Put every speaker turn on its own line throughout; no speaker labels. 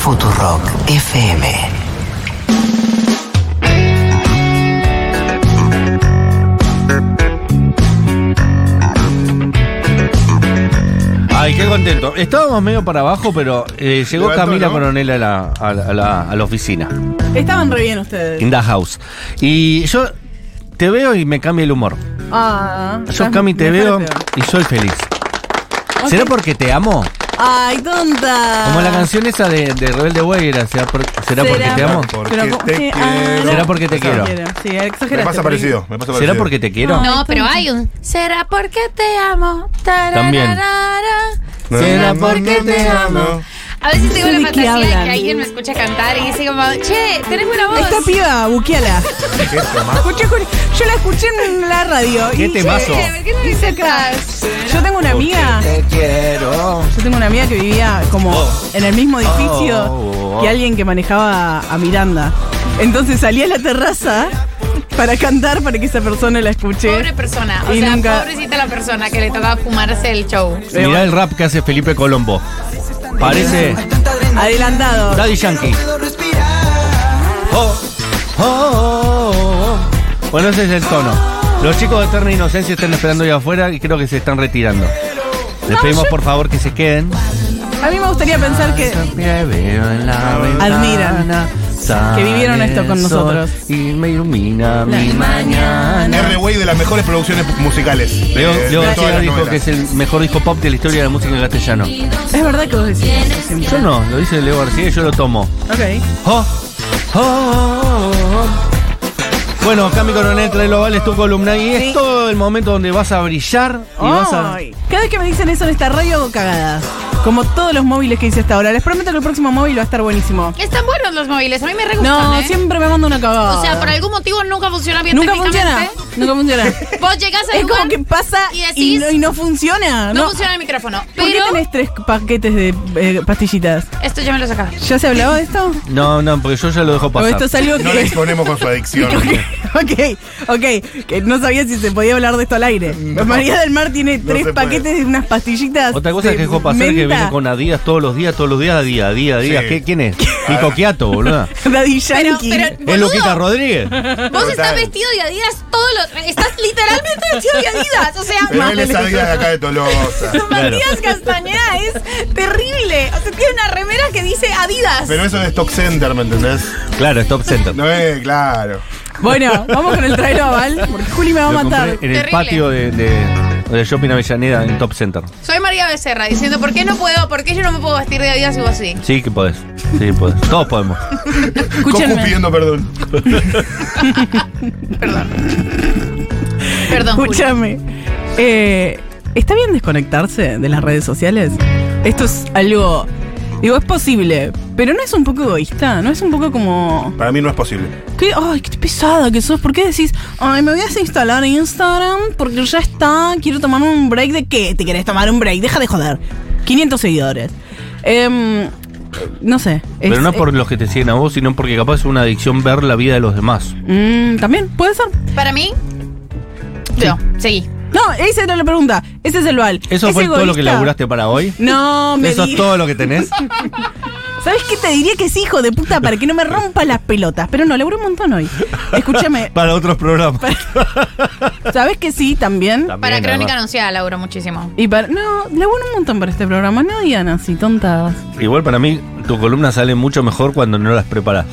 Futurock FM.
Ay, qué contento. Estábamos medio para abajo, pero eh, llegó
Levantó,
Camila
¿no?
Coronel a la, a la- a la- a la oficina,
Estaban re bien ustedes.
in the house. Y yo te veo y me cambia el humor.
Ah,
Yo,
estás
Cami, te
mejor
veo
o peor.
y soy feliz.
Ok. Ah.
¿Será porque te amo?
Ay, tonta.
Como la canción esa de, de Rebelde Way era, ¿será, por- será porque te amo?
Porque
Pero como-
te
sí,
quiero.
ah,
Será porque te quiero.
Sí, exageraste.
Me pasa parecido. Me pasa
¿Será
parecido.
porque te quiero?
Ay,
No, pero
tonta.
hay un. Será porque te amo.
También.
tararara.
No,
¿Será
no,
porque
no,
te
no,
amo?
no.
A veces tengo
¿De
la
qué
fantasía de que
hablan?
alguien me escucha cantar y dice como, che, tenés buena voz.
Esta piba, buqueala.
¿Qué es esto, ma?
Escuché con- yo la escuché en la radio.
¿Qué
y-
temazo?
Che, ¿Por qué no dice atrás?
Yo tengo una amiga.
Te quiero.
Yo tengo una amiga que vivía como en el mismo edificio
Oh.
que alguien que manejaba a Miranda. Entonces salía a la terraza para cantar para que esa persona la escuche.
Pobre persona. O
Y
sea,
nunca-
pobrecita la persona que le tocaba fumarse el show.
Mirá el rap que hace Felipe Colombo. Parece
Adelantado.
Daddy Yankee. Oh, oh, oh, oh, oh. Bueno, ese es el tono. Los chicos de Eterna Inocencia están esperando ahí afuera y creo que se están retirando. Les pedimos por favor que se queden.
A mí me gustaría pensar que Admiran que vivieron esto con nosotros.
Y me ilumina
La
mi mañana.
R. Way de las mejores producciones musicales.
Leo,
de-
Leo
de todas
García
las
dijo
novelas.
que es el mejor disco pop de la historia de la música en castellano.
es verdad que vos decís eso siempre.
Yo no, lo dice Leo García y yo lo tomo.
Ok.
Oh, oh, oh, oh. Bueno, Cami Coronel, trae los vales tu columna y es
Sí.
todo el momento donde vas a brillar y vas a.
Ay, Cada vez que me dicen eso en esta radio hago cagadas. Como todos los móviles que hice hasta ahora. Les prometo que el próximo móvil va a estar buenísimo.
Están buenos los móviles, a mí me re gustan,
No,
¿eh?
siempre me mando una cagada.
O sea, por algún motivo nunca funciona bien
Nunca funciona.
técnicamente.
Nunca funciona.
Vos llegás al
es
lugar,
como que pasa
y
y,
decís-
no, y no funciona.
no,
No,
funciona el micrófono.
¿Por
Pero
qué tenés tres paquetes de eh, pastillitas?
esto ya me lo sacaba.
¿Ya se hablaba de esto?
No, no, porque yo ya lo dejo
¿O
pasar.
esto es algo
No le
que.?
exponemos con su adicción.
Ok, ok, que no sabía si se podía hablar de esto al aire.
No.
María del Mar tiene
Mm. No
tres
se puede.
paquetes de unas pastillitas.
Otra cosa
de
que dejó pasar es que
menta.
viene con Adidas todos los días, todos los días, Adidas, Adidas, Adidas.
Sí.
¿Qué- ¿Quién es? Nico Quiato, boludo.
Daddy
Pero,
Yankee.
pero,
¿Es
boludo,
Luquita Rodríguez?
Vos estás
Total.
vestido de Adidas todos los. Estás literalmente vestido de Adidas. O sea,
Pero él es
Mal.
alguien de acá de Tolosa.
Matías Castañeda es terrible. O sea, tiene una remera que dice Adidas.
Pero eso es Stock Center, ¿me entendés?
Claro, Stop Center.
No es, claro.
Bueno, vamos con el trailer oval, porque Juli me va a
Lo compré
matar.
en el
Terrible.
patio de, de- de Shopping Avellaneda, en Top Center.
Soy María Becerra diciendo, ¿por qué no puedo? ¿Por qué yo no me puedo vestir de Adidas y vos sí?
Sí que podés. Sí que podés. Todos podemos.
Cocu
Escúchenme.
pidiendo perdón.
Perdón, Juli.
Escúchame. Eh, ¿Está bien desconectarse de las redes sociales? Esto es algo. Digo, es posible, pero no es un poco egoísta, no es un poco como.
Para mí no es posible.
¿Qué? Ay, qué pesada que sos. ¿Por qué decís, ay, me voy a desinstalar Instagram porque ya está, quiero tomar un break de qué? ¿Te querés tomar un break? Deja de joder. 500 seguidores. Em, no sé. es-
Pero no
es-
por los que te siguen a vos, sino porque capaz es una adicción ver la vida de los demás.
Mm, También, puede ser.
Para mí. No, seguí.
No, esa era la pregunta. Ese es el val.
¿Eso
¿Es
fue todo lo que
egoísta?
laburaste para hoy?
No, me
¿Eso es
digas.
todo lo que tenés?
¿Sabes qué te diría que es hijo de puta para que no me rompa las pelotas? Pero no, laburé un montón hoy. Escúchame,
Para otros programas.
¿sabes que sí también?
También,
Para Crónica
además.
Anunciada, Laura, muchísimo.
Y para. No, laburé un montón para este programa. No digan así, tontadas.
Igual para mí, tu columna sale mucho mejor cuando no las preparas.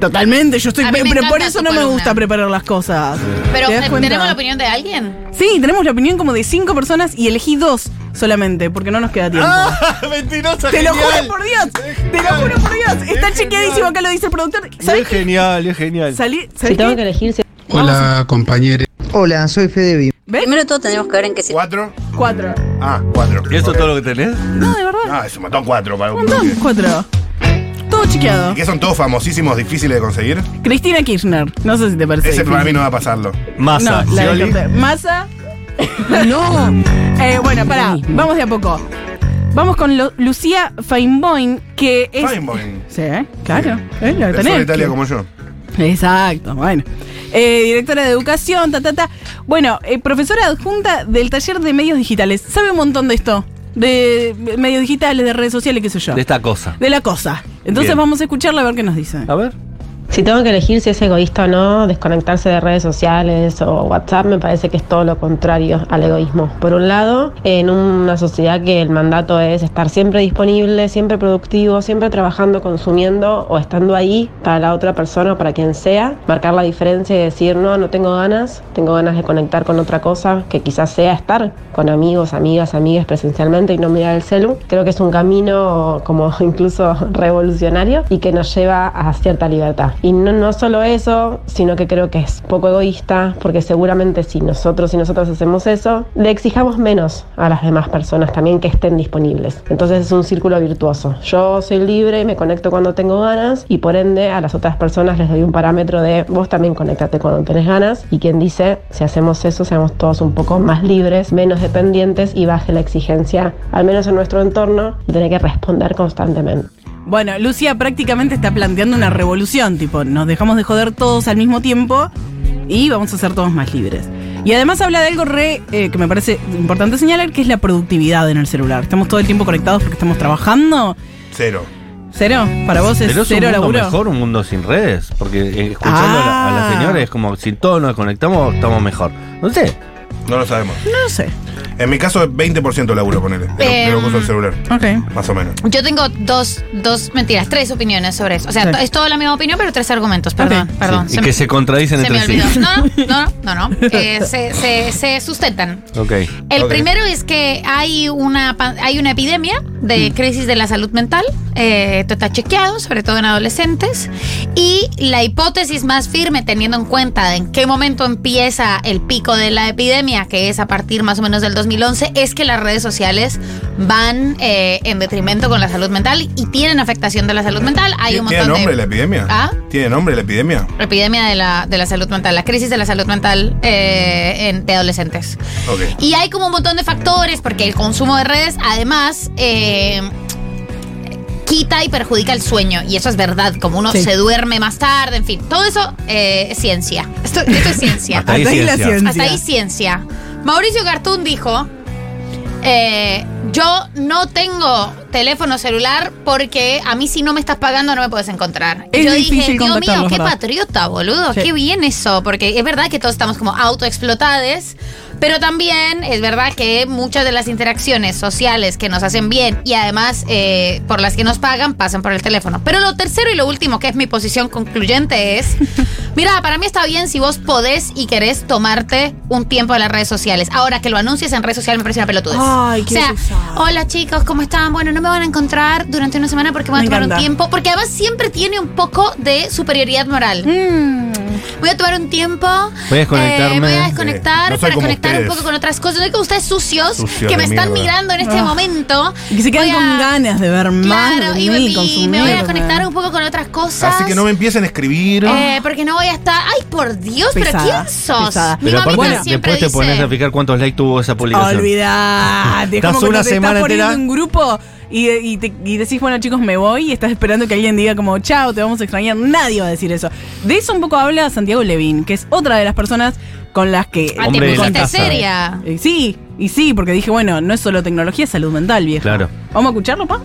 Totalmente, yo estoy.
A mí me
Pero por
encanta
eso
tu
no me
columna.
gusta preparar las cosas.
Pero,
¿Te das
eh,
cuenta?
¿tenemos la opinión de alguien?
Sí, tenemos la opinión como de cinco personas y elegí dos solamente, porque no nos queda tiempo.
Ah,
Mentirosa,
Te lo juro por Dios, te lo juro por Dios. Está chequeadísimo, acá lo dice el productor. ¿Sabes
Es
qué?
genial, es genial.
Salí,
Si
¿sabes
tengo
qué?
que elegir, se-
Hola, compañeros. Hola, soy Fedevi.
¿Ves?
Primero de todo tenemos que ver en qué se
¿Cuatro?
Cuatro.
Ah, cuatro.
¿Y eso
Ok.
es todo lo que tenés?
No, de verdad.
Ah, es un montón cuatro. Para
Un montón, cuatro. Todo chequeado.
¿Y que son todos famosísimos, difíciles de conseguir?
Cristina Kirchner. No sé si te parece.
Ese para mí
difícil.
no va a pasarlo.
Masa.
No, la
Scioli.
descarté. Massa. no. Eh, bueno, pará. Vamos de a poco. Vamos con Lo- Lucía Feinboin, que es.
Feinboin.
Sí, ¿eh? claro. ¿eh? Lo
Del sur
tenés.
de Italia como yo.
Exacto, bueno. Eh, directora de educación, ta, ta, ta. Bueno, eh, profesora adjunta del taller de medios digitales. Sabe un montón de esto. de medios digitales, de redes sociales, qué sé yo.
de esta cosa.
De la cosa. Entonces
Bien.
vamos a escucharla a ver qué nos dice.
A ver.
Si tengo que elegir si es egoísta o no, desconectarse de redes sociales o WhatsApp me parece que es todo lo contrario al egoísmo. Por un lado, en una sociedad que el mandato es estar siempre disponible, siempre productivo, siempre trabajando, consumiendo o estando ahí para la otra persona o para quien sea, marcar la diferencia y decir, no, no tengo ganas, tengo ganas de conectar con otra cosa que quizás sea estar con amigos, amigas, amigas presencialmente y no mirar el celu. Creo que es un camino como incluso revolucionario y que nos lleva a cierta libertad. Y no, no solo eso, sino que creo que es poco egoísta, porque seguramente si nosotros y nosotras hacemos eso, le exijamos menos a las demás personas también que estén disponibles. Entonces es un círculo virtuoso. Yo soy libre, me conecto cuando tengo ganas y por ende a las otras personas les doy un parámetro de vos también conectate cuando tenés ganas. Y quien dice, si hacemos eso, seamos todos un poco más libres, menos dependientes y baje la exigencia, al menos en nuestro entorno, de tener que responder constantemente.
Bueno, Lucía prácticamente está planteando una revolución, tipo, nos dejamos de joder todos al mismo tiempo y vamos a ser todos más libres. Y además habla de algo re eh, que me parece importante señalar, que es la productividad en el celular. Estamos todo el tiempo conectados porque estamos trabajando.
Cero.
Cero, para vos es
Pero
cero,
es un mundo
laburo.
mejor, un mundo sin redes. Porque eh, escuchando a, la, a la
Ah.
señora es como si todos nos conectamos, estamos mejor. No sé.
No lo sabemos.
No sé.
En mi caso es 20% laburo, ponele. De lo, de lo que uso el celular.
Ok.
Más o menos.
Yo tengo dos, dos mentiras, tres opiniones sobre eso. O sea,
Claro.
to- es toda la misma opinión, pero tres argumentos. Perdón,
Ok.
perdón.
Sí, y que se contradicen
se me
entre sí.
olvidó. No, no, no, no. no. Eh, se, se- se sustentan.
Ok.
El
Ok.
primero es que hay una, pan- hay una epidemia
Mm.
de crisis de la salud mental. eh, esto está chequeado, sobre todo en adolescentes. Y la hipótesis más firme, teniendo en cuenta en qué momento empieza el pico de la epidemia, que es a partir más o menos del 2011, es que las redes sociales van eh, en detrimento con la salud mental y tienen afectación de la salud mental. Hay un
¿Tiene
montón
nombre
de...
la epidemia?
¿Ah?
¿Tiene nombre la epidemia?
Epidemia de la, de la salud mental, la crisis de la salud mental eh, en- de adolescentes.
Ok.
Y hay como un montón de factores, porque el consumo de redes, además, eh, quita y perjudica el sueño. Y eso es verdad, como uno
Sí.
se duerme más tarde, en fin. Todo eso eh, es ciencia. Esto, esto es ciencia.
Hasta ahí
la
ciencia.
ciencia.
Hasta ahí ciencia. Mauricio Gartún dijo, eh, yo no tengo teléfono celular porque a mí si no me estás pagando no me puedes encontrar. Y
Es
yo
difícil
dije, Dios mío,
contactarlos,
qué
¿verdad?
patriota, boludo,
Sí.
qué bien eso, porque es verdad que todos estamos como autoexplotades. Pero también es verdad que muchas de las interacciones sociales que nos hacen bien y además eh, por las que nos pagan pasan por el teléfono. Pero lo tercero y lo último, que es mi posición concluyente, es, mira, para mí está bien si vos podés y querés tomarte un tiempo de las redes sociales. Ahora que lo anuncies en redes sociales me parece una pelotudez.
Ay, qué
o sea,
pesado.
hola chicos, ¿cómo están? Bueno, no me van a encontrar durante una semana porque me voy a
Me
tomar un
encanta.
tiempo. Porque además siempre tiene un poco de superioridad moral.
Mm.
Voy a tomar un tiempo. eh,
Voy a desconectarme.
voy a desconectar
Sí, no soy
para
como
conectar un
ustedes.
poco con otras cosas. No hay como ustedes sucios
Sucio
que me
de
están
mierda.
mirando en este
Ah.
momento.
Y que se quedan
Voy a-
con ganas de ver más,
Claro, y,
de
me-
mí,
y
consumir.
me voy a conectar un poco con otras cosas.
Así que no me empiecen a escribir.
Eh, porque no voy a estar. Ay, por Dios, pero
Pesada,
¿quién sos?
pesada.
Mi
Pero
mamita
aparte,
siempre
después te
dice- "Ah,
pones a fijar cuántos likes tuvo esa publicación.
Olvidate. Es
Estás
como
una
cuando te
semana
estás poniendo
entera-
en un grupo y, y te- y decís, bueno, chicos, me voy y estás esperando que alguien diga como, chao, te vamos a extrañar. Nadie va a decir eso. De eso un poco habla Santiago Levín, que es otra de las personas con las que.
Ah,
Hombre
te
de la
pusiste
casa.
seria.
Eh, sí, y sí, porque dije, bueno, no es solo tecnología, es salud mental, viejo.
Claro.
¿Vamos a escucharlo, pa?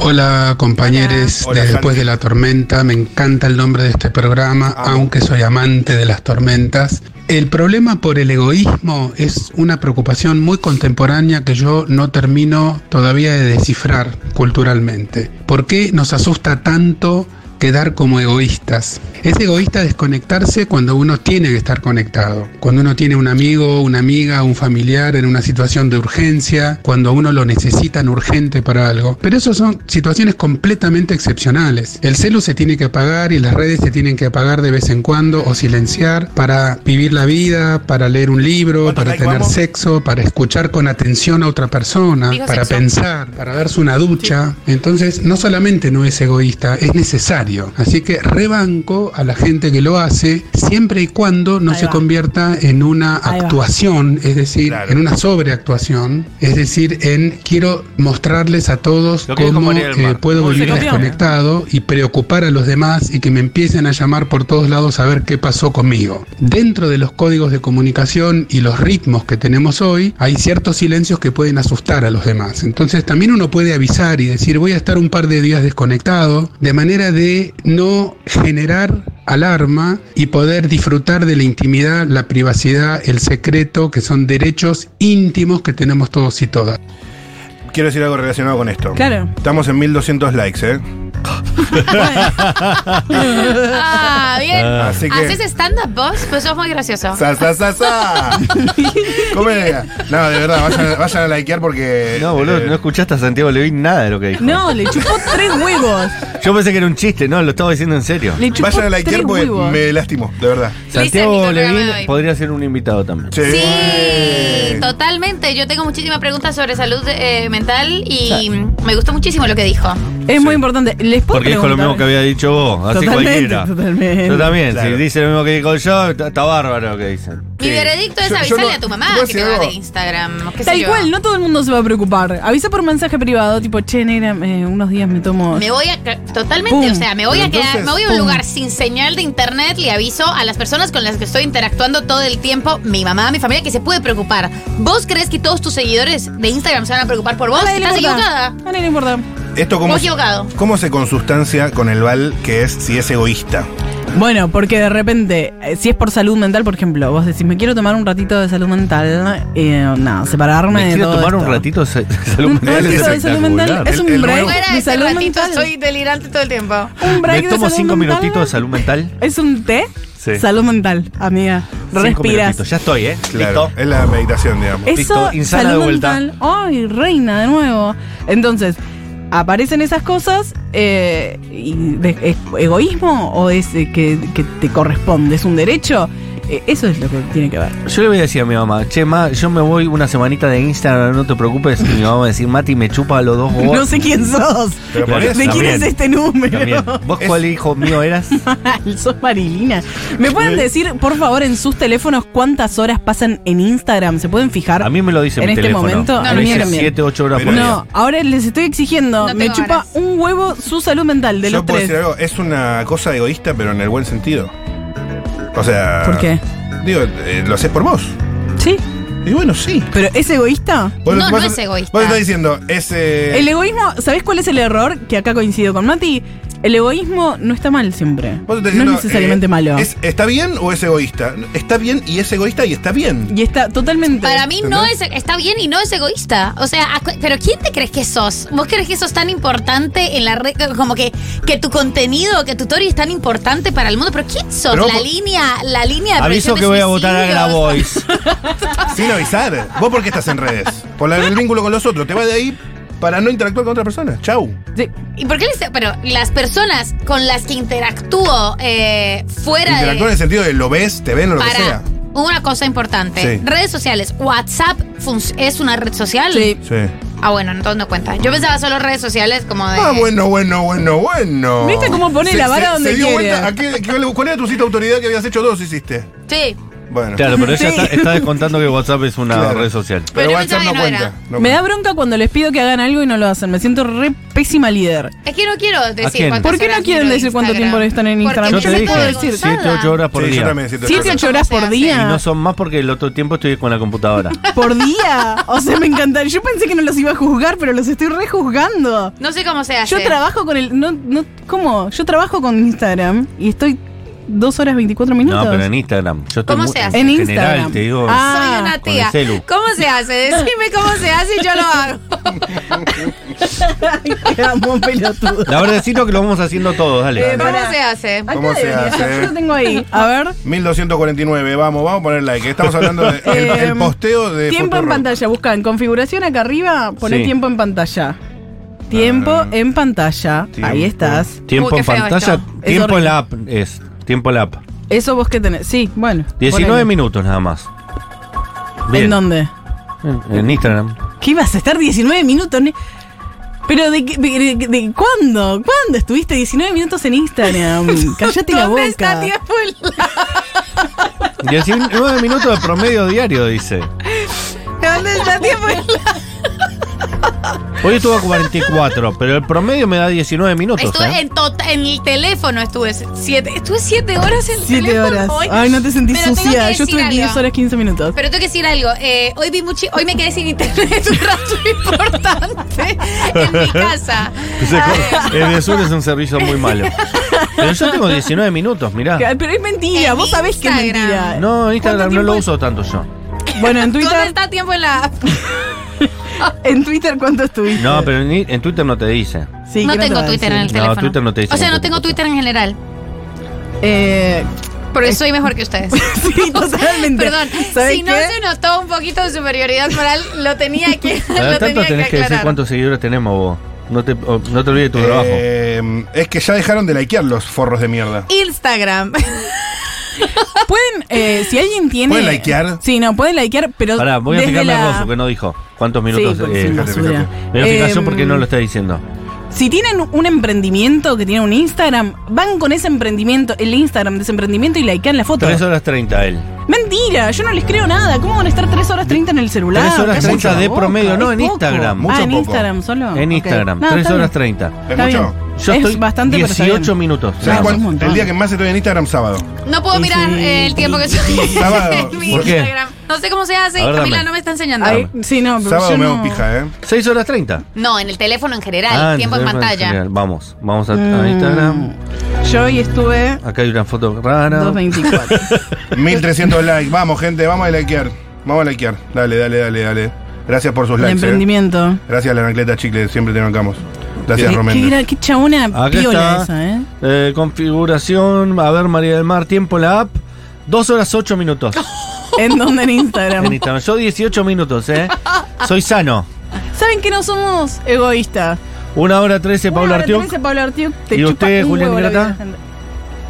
Hola compañeros
Hola. Hola,
de
Santi.
Después de la Tormenta, me encanta el nombre de este programa,
Ah.
aunque soy amante de las tormentas. El problema por el egoísmo es una preocupación muy contemporánea que yo no termino todavía de descifrar culturalmente. ¿Por qué nos asusta tanto quedar como egoístas? Es egoísta desconectarse cuando uno tiene que estar conectado, cuando uno tiene un amigo, una amiga, un familiar en una situación de urgencia, cuando uno lo necesitan urgente para algo. Pero eso son situaciones completamente excepcionales. El celu se tiene que apagar y las redes se tienen que apagar de vez en cuando o silenciar para vivir la vida, para leer un libro,
¿Cuántos
para
likes
tener
vamos?
sexo, para escuchar con atención a otra persona,
Dijo
para
sexo.
pensar, para darse una ducha. Entonces, no solamente no es egoísta, es necesario. necesario. Así que rebanco a la gente que lo hace siempre y cuando no
Ahí
se
va.
convierta en una
Ahí va.
actuación, es decir,
Claro.
en una sobreactuación, es decir, en quiero mostrarles a todos
Lo que dijo
cómo
María del
eh,
Mar.
puedo
Dulce
vivir
copión.
desconectado y preocupar a los demás y que me empiecen a llamar por todos lados a ver qué pasó conmigo. Dentro de los códigos de comunicación y los ritmos que tenemos hoy, hay ciertos silencios que pueden asustar a los demás. Entonces también uno puede avisar y decir voy a estar un par de días desconectado, de manera de no generar alarma y poder disfrutar de la intimidad, la privacidad, el secreto, que son derechos íntimos que tenemos todos y todas.
Quiero decir algo relacionado con esto.
Claro.
Estamos en 1200 likes, ¿eh?
Ah, bien.
Ah.
Así que-
¿Haces stand-up vos? Pues sos muy gracioso.
¡Sa, sa, sa, sa! Comedia. No, de verdad, vayan, vayan a likear porque.
No, boludo,
eh,
no escuchaste a Santiago Levín nada de lo que dijo.
No, le chupó tres huevos.
Yo pensé que era un chiste, no, lo estaba diciendo en serio.
Le chupó
Vayan a
tres
likear porque
huevos.
me lastimo, de verdad.
Listo,
Santiago
el programa de
Levín
hoy.
podría ser un invitado también.
Sí.
Sí, totalmente. Yo tengo muchísimas preguntas sobre salud eh, mental y mm, me gustó muchísimo lo que dijo.
Es muy importante. Les puedo
Porque dijo lo
preguntar?
mismo que había dicho vos, así
Totalmente,
cualquiera.
totalmente.
Yo también,
Claro.
si dice lo mismo que dijo yo, está, está bárbaro lo que dicen.
Mi veredicto es
Yo- yo
avisarle
no-
a tu mamá
¿puedo
que
decir
te va
algo?
de Instagram. o qué sé
Tal
yo.
cual, no todo el mundo se va a preocupar. Avisa por mensaje privado, tipo, che, negra, eh, unos días me tomo.
Me voy a. ca- Totalmente,
Pum.
o sea, me voy
Pero
a quedar.
entonces,
me voy a un
pum.
lugar sin señal de internet y aviso a las personas con las que estoy interactuando todo el tiempo, mi mamá, mi familia, que se puede preocupar. ¿Vos crees que todos tus seguidores de Instagram se van a preocupar por vos?
A nadie le
¿Estás
importa.
equivocada?
A nadie le importa.
Esto cómo,
Muy equivocado.
¿Cómo se consustancia con el val que es si es egoísta?
Bueno, porque de repente, eh, si es por salud mental, por ejemplo, vos decís, me quiero tomar un ratito de salud mental, eh, nada, separarme
Me
de
quiero
todo
tomar un
esto.
ratito de
Un
salud mental.
ratito de
Es
salud mental. Es
espectacular.
El-
un
el
Eh,
break
nuevo-
de salud mental.
delirante todo el tiempo.
Un break
Me
de
tomo
salud
cinco
mental.
minutitos de salud mental.
Es un té.
Sí.
Salud mental, amiga.
Cinco
Respiras.
minutitos, Ya estoy, ¿eh?
Claro.
Listo.
Es la meditación, digamos.
Eso,
Listo, insana
salud
de vuelta.
mental. Ay, reina, de nuevo. Entonces, aparecen esas cosas. eh, y de- ¿Es egoísmo o es eh, que, que te corresponde? ¿Es un derecho? Eh, eso es lo que tiene que ver.
Yo le voy a decir a mi mamá, che, ma, yo me voy una semanita de Instagram, no te preocupes. Y mi mamá va a decir, Mati, me chupa los dos huevos.
No sé quién sos.
Pero por
Claro.
eso-
¿De quién es este número?
También. ¿Vos
Es-
cuál hijo mío eras?
Mal, sos Marilina. ¿Me pueden decir, por favor, en sus teléfonos cuántas horas pasan en Instagram? ¿Se pueden fijar?
A mí me lo dice
En
mi
este
teléfono.
momento,
a
me
mí
dice
también.
7, 8 horas por
Pero-
día.
no, ahora les estoy exigiendo.
No
me
tengo
chupa
horas.
un huevo su salud mental de
Yo
los
puedo
tres.
decir algo, es una cosa egoísta, pero en el buen sentido. O sea.
ah.
¿Por qué?
Digo, eh, lo haces por vos.
Sí,
Y bueno, sí.
pero es egoísta.
Vos-
No, no
vos-
es egoísta.
Vos estás diciendo, es. eh,
El egoísmo, ¿sabés cuál es el error? Que acá coincido con Mati. El egoísmo no está mal siempre.
vos
no
estás
es
diciendo,
necesariamente
eh,
malo.
es- ¿Está bien o es egoísta? Está bien y es egoísta y está bien.
Y está totalmente.
Para mí no es, está bien y no es egoísta. O sea, acu- pero ¿quién te crees que sos? ¿Vos crees que sos tan importante en la red? Como que, que tu contenido, que tu story es tan importante para el mundo. Pero ¿quién sos?
Pero
la
vos-
línea, la línea de
Aviso
prevención de
que voy a votar a
suicidios.
Grabois.
Sin avisar. ¿Vos por qué estás en redes? Por la- el vínculo con los otros. Te vas de ahí para no interactuar con otra persona. Chau.
Sí.
¿Y por qué les- Pero las personas con las que interactúo eh, fuera
Interactuar en
de.
el sentido de lo ves, te ven o lo que
Para
sea.
una cosa importante:
Sí.
redes sociales. WhatsApp func- es una red social.
Sí.
Sí.
Ah, bueno, entonces no cuenta. Yo pensaba solo redes sociales como de.
Ah, bueno, bueno, bueno, bueno.
Eh. ¿Viste cómo pone la vara donde
se dio
quiere?
Vuelta, ¿A qué- qué- ¿Cuál era tu cita de autoridad que habías hecho dos hiciste?
Sí.
Bueno.
Claro, pero ella
Sí.
está, está descontando que WhatsApp es una
Claro.
red social.
Pero
Pero
yo
WhatsApp
pensaba
no
que no
cuenta.
era.
no
Me da
cuenta.
bronca cuando les pido que hagan algo y no lo hacen. Me siento re pésima líder.
Es que no quiero decir
quién?
cuántas
¿Por qué no
horas
quieren
miro
decir cuánto
Instagram?
tiempo están en
Porque
Instagram?
Yo
Yo
te
les
dije,
puedo decir. Ah.
7, 8 horas por
Sí, yo
día.
también siento
Siete,
eso.
ocho horas por
Y
día.
no son más porque el otro tiempo estoy con la computadora.
Por día. O sea, me encantaría. Yo pensé que no los iba a juzgar, pero los estoy rejuzgando.
No sé cómo se hace.
Yo trabajo con el. No, no, ¿Cómo? Yo trabajo con Instagram y estoy 2 horas 24 minutos.
No, pero en Instagram. Yo estoy
¿Cómo
muy-
se hace?
En
general,
Instagram.
te digo.
Ah.
Soy una
con
tía.
el celu.
¿Cómo se hace? Decime cómo se hace y yo lo hago.
Te amo, pelotudo.
La verdad, decirlo que lo vamos haciendo todos, dale.
Eh,
¿Cómo
Pará.
se hace?
Acá
¿Cómo se
debería
hace?
estar, Yo lo tengo ahí. A ver.
1249, vamos, vamos a poner like. Estamos hablando del de, el-
Eh,
el posteo de.
Tiempo en
Futurock.
pantalla. Busca en configuración acá arriba, poné
Sí.
tiempo en pantalla. Tiempo
Ah.
en pantalla. Ahí
Tiempo.
estás.
Tiempo
Uy,
en
qué feo
pantalla,
esto.
tiempo
Es
en
horrible.
la app es. Tiempo en la app.
Eso vos que tenés. Sí, bueno.
19
ponele.
minutos nada más.
¿En
Bien.
dónde?
En- En Instagram.
¿Qué ibas a estar 19 minutos? ne- Pero de, qué- de- de- de- cuándo? ¿Cuándo estuviste 19 minutos en Instagram? Cállate la boca.
¿Dónde está tiempo el-
19 minutos de promedio diario, dice.
¿Dónde está tiempo el-
Hoy estuvo a 44, pero el promedio me da 19 minutos.
Estuve
¿eh?
en, tota- en el teléfono, estuve siete, estuve siete horas en el
7
teléfono
horas.
hoy.
Ay, no te sentí
Pero tengo que
sucia. Yo
decir
estuve 10
algo.
horas 15 minutos.
Pero tengo que decir algo. eh, hoy vi muchi hoy me quedé sin internet un rato importante en mi casa. Ah,
El de Sur es un servicio muy malo. Pero yo tengo 19 minutos, mirá.
Ay, Pero es mentira,
En
vos sabés que es
Instagram.
mentira.
No,
¿Cuánto
Instagram no
tiempo
lo
es?
uso tanto yo.
Bueno, en
¿Dónde
Twitter,
está tiempo en la app?
en Twitter ¿cuánto estuviste?
No, pero ni- en Twitter no te dice.
Sí,
no
¿qué te
tengo
va a
Twitter en el
decir?
No,
teléfono.
Twitter no te dice
O sea, no
mucho
tengo
tampoco.
Twitter en general.
Eh,
Porque soy mejor que ustedes.
sí, totalmente.
Perdón,
¿Sabés
si no
qué?
se notó un poquito de superioridad moral, lo tenía que.
Cada
lo
tanto
tenía
tenés que,
que
decir
aclarar.
cuántos seguidores tenemos vos. No te, o- no te olvides de tu trabajo.
Eh, es que ya dejaron de likear los forros de mierda.
Instagram.
Pueden, eh, si alguien tiene.
¿Pueden likear?
Sí, no, pueden likear, pero.
Pará, voy a
desde
fijarme
la-
a Rosu, que no dijo. ¿Cuántos minutos?
Sí, porque
eh,
es una
fíjate,
basura.
fíjate.
me voy a fijar yo
Em,
porque no lo está diciendo.
Si tienen un emprendimiento que tiene un Instagram, van con ese emprendimiento, el Instagram de ese emprendimiento y likean la foto.
3 horas 30 él.
Mentira, yo no les creo nada. ¿Cómo van a estar 3 horas 30 en el celular?
3 horas
Cállate
30
la
de
boca,
promedio, no,
es
en
poco.
Instagram.
Mucho
ah, en
poco.
Instagram solo.
En
Ok.
Instagram,
No,
3
está
horas
bien.
30.
¿Es
Está
mucho?
bien.
Yo
Es
estoy
bastante, pero está
18
bien.
minutos.
¿Sabes
nada
cuál?
es un
más.
montón.
El día que más estoy en Instagram, sábado.
No puedo
Sí,
mirar
sí.
eh, el tiempo que estoy
Sábado.
en mi
¿Por qué?
Instagram. No sé cómo se hace
A
y
ver,
Camila
dame.
no me está enseñando.
Ay, sí, no, pero
Sábado
yo
me
no-
hago pija, ¿eh?
6 horas 30.
No, en el teléfono en general,
Ah,
tiempo en
entonces,
pantalla.
genial. Vamos, vamos a, a
Mm.
Instagram.
Yo hoy estuve
Acá hay una foto rara.
2.24.
1300 likes. Vamos, gente, vamos a likear. Vamos a likear. Dale, dale, dale, dale. Gracias por sus
el
likes. ¿eh?
emprendimiento.
Gracias a la Anacleta Chicle, siempre te bancamos. Gracias,
Qué, qué,
Romén.
gra- qué chabona
Acá
piola
está.
esa, ¿eh?
Eh, configuración, a ver María del Mar, tiempo en la app. 2 horas 8 minutos
¿En dónde? En
en
Instagram.
Instagram. Yo 18 minutos, ¿eh? Soy sano.
¿Saben que no somos egoístas?
1 hora 13, Paula Artiuk.
Paula Artiuk te
¿Y
chupa
usted,
un
Julián
huevo la vida
Ingrata?
de la gente.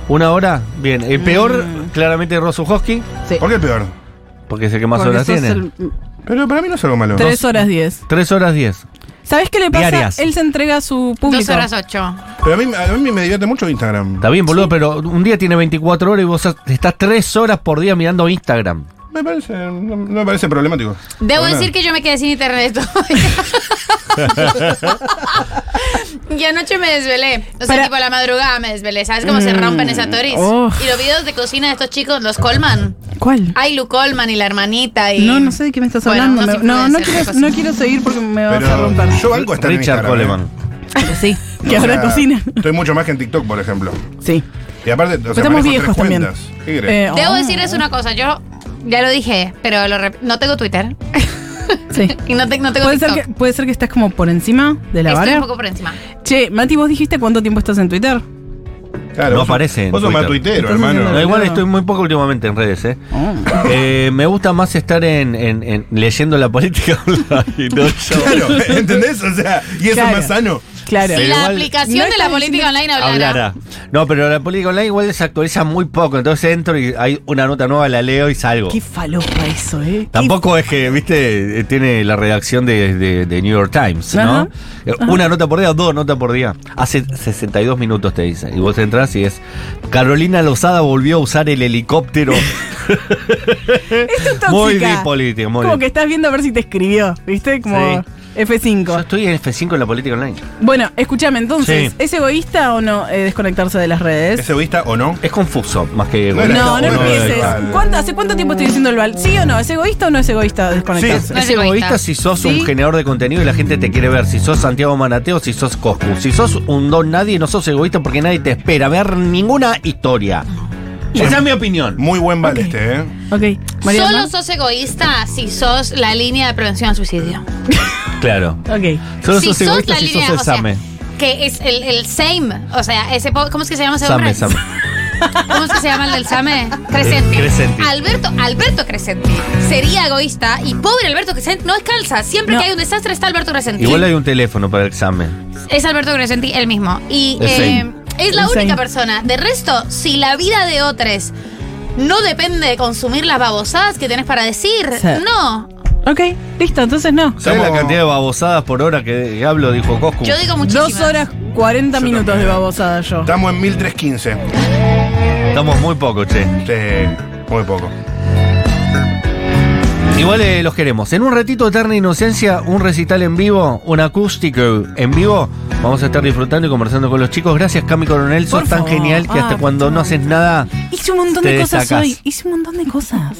Una hora, bien. El peor,
Mm.
claramente, Rosu Hosky,
¿Por qué el peor?
porque es el que más
Porque
horas
sos
tiene.
el-
Pero para mí no es algo malo.
Tres horas 10.
3 horas 10.
¿Sabes qué le pasa?
Diarias.
Él se entrega a su público.
Dos horas ocho.
Pero a mí, a mí me divierte mucho Instagram.
Está bien, boludo, pero un día tiene 24 horas y vos estás 3 horas por día mirando Instagram.
Me parece, no, no me parece problemático.
Debo
Bueno.
decir que yo me quedé sin internet Y anoche me desvelé. O sea,
Para- Mm.
tipo a la madrugada me desvelé. ¿Sabes cómo se rompen esa toris?
Oh.
Y los videos de cocina de estos chicos, los Colman.
¿Cuál?
Ay, Lu Colman y la hermanita. Y
No, no sé de qué me estás
Bueno,
hablando.
unos
me- No, no,
influencers,
quiero,
una
no
cosa.
quiero seguir porque me vas a
Pero
romper.
yo banco a estar en
Richard
Instagram,
Coleman.
¿eh?
Sí.
O
Que ahora
sea,
cocina.
Estoy mucho más que en TikTok, por ejemplo.
Sí.
Y aparte, o sea,
Estamos
manejo
viejos
tres
también.
cuentas. ¿Qué crees?
Eh,
Debo
oh,
decirles una cosa. Yo ya lo dije, pero lo rep- no tengo Twitter.
Sí.
y no, te- no tengo
¿Puede ser,
TikTok.
que, puede ser que estás como por encima de la
Estoy un
vara.
poco por encima.
Che, Mati, ¿vos dijiste cuánto tiempo estás en Twitter?
Claro,
no
vos sos-
aparece en
Vos sos más
Twitter.
tuitero,
Entonces,
hermano.
No, igual
Claro.
estoy muy poco últimamente en redes, ¿eh?
Oh.
Eh, me gusta más estar en, en- en- leyendo la política online. no yo.
Claro, ¿entendés? O sea, y eso
Claro.
es más sano.
Claro.
Si la
igual-
aplicación
No
de
está
la política
diciendo-
online hablara.
Hablará. No, pero la política online igual se actualiza muy poco. Entonces entro y hay una nota nueva, la leo y salgo.
Qué falopa eso, ¿eh?
Tampoco es que, viste, eh, tiene la redacción de, de- de New York Times,
Ajá,
¿no? Eh, Una nota por día, dos notas por día. Hace 62 minutos te dice. Y vos entras y es. Carolina Lozada volvió a usar el helicóptero.
Esto es tóxica.
muy de política, muy
Como
bien.
que estás viendo a ver si te escribió, ¿viste? Como
Sí. Yo
F5.
estoy en F5 en la política online.
Bueno, escúchame, entonces,
Sí.
¿es egoísta o no eh, desconectarse de las redes?
¿Es egoísta o no?
Es confuso, más que.
No, No,
No, no
no,
empieces.
no, no.
¿Cuánto- ¿Hace cuánto tiempo estoy diciendo el val? ¿Sí o no? ¿Es egoísta o no es egoísta
Sí,
desconectarse?
es,
No es
es egoísta
egoísta.
si sos
Sí.
un generador de contenido y la gente te quiere ver. Si sos Santiago Manateo, si sos Coscu. Si sos un don nadie, no sos egoísta porque nadie te espera ver ninguna historia. Esa es mi opinión.
Muy buen bal este, ¿eh?
Ok. María
Solo
del
sos egoísta si sos la línea de prevención al suicidio.
Claro.
Mar. Ok.
Solo
si
sos egoísta si sos el
o sea,
SAME.
que es el, el SAME. O sea, ese po- ¿cómo es que se llama ese
SAME,
hombre?
SAME.
¿Cómo es que se llama el del SAME? Crescenti.
Eh, Crescenti.
Alberto, Alberto Crescenti. Sería egoísta y pobre Alberto Crescenti no descansa. Siempre
No.
que hay un desastre está Alberto Crescenti.
Igual hay un teléfono para el examen.
Es Alberto Crescenti el mismo. Y
El
eh,
same.
es la
El
única
same.
persona. De resto, si la vida de otros no depende de consumir las babosadas que tenés para decir,
Sí.
no.
Ok, listo, entonces no.
¿Sabes la
Estamos-
cantidad de babosadas por hora que que hablo? Dijo Coscu.
Yo digo muchísimas.
Dos horas 40
Yo
minutos de
también.
babosada yo.
Estamos en 1315.
Estamos muy poco, che.
Sí, Este, muy poco.
Igual eh, los queremos. En un ratito Eterna Inocencia, un recital en vivo, un acústico en vivo. Vamos a estar disfrutando y conversando con los chicos. Gracias, Cami Coronel. Sos
Por
tan
favor.
genial que
Ah,
hasta cuando no haces nada.
Hice un montón
Te
de cosas
destacás.
hoy. Hice un montón de cosas.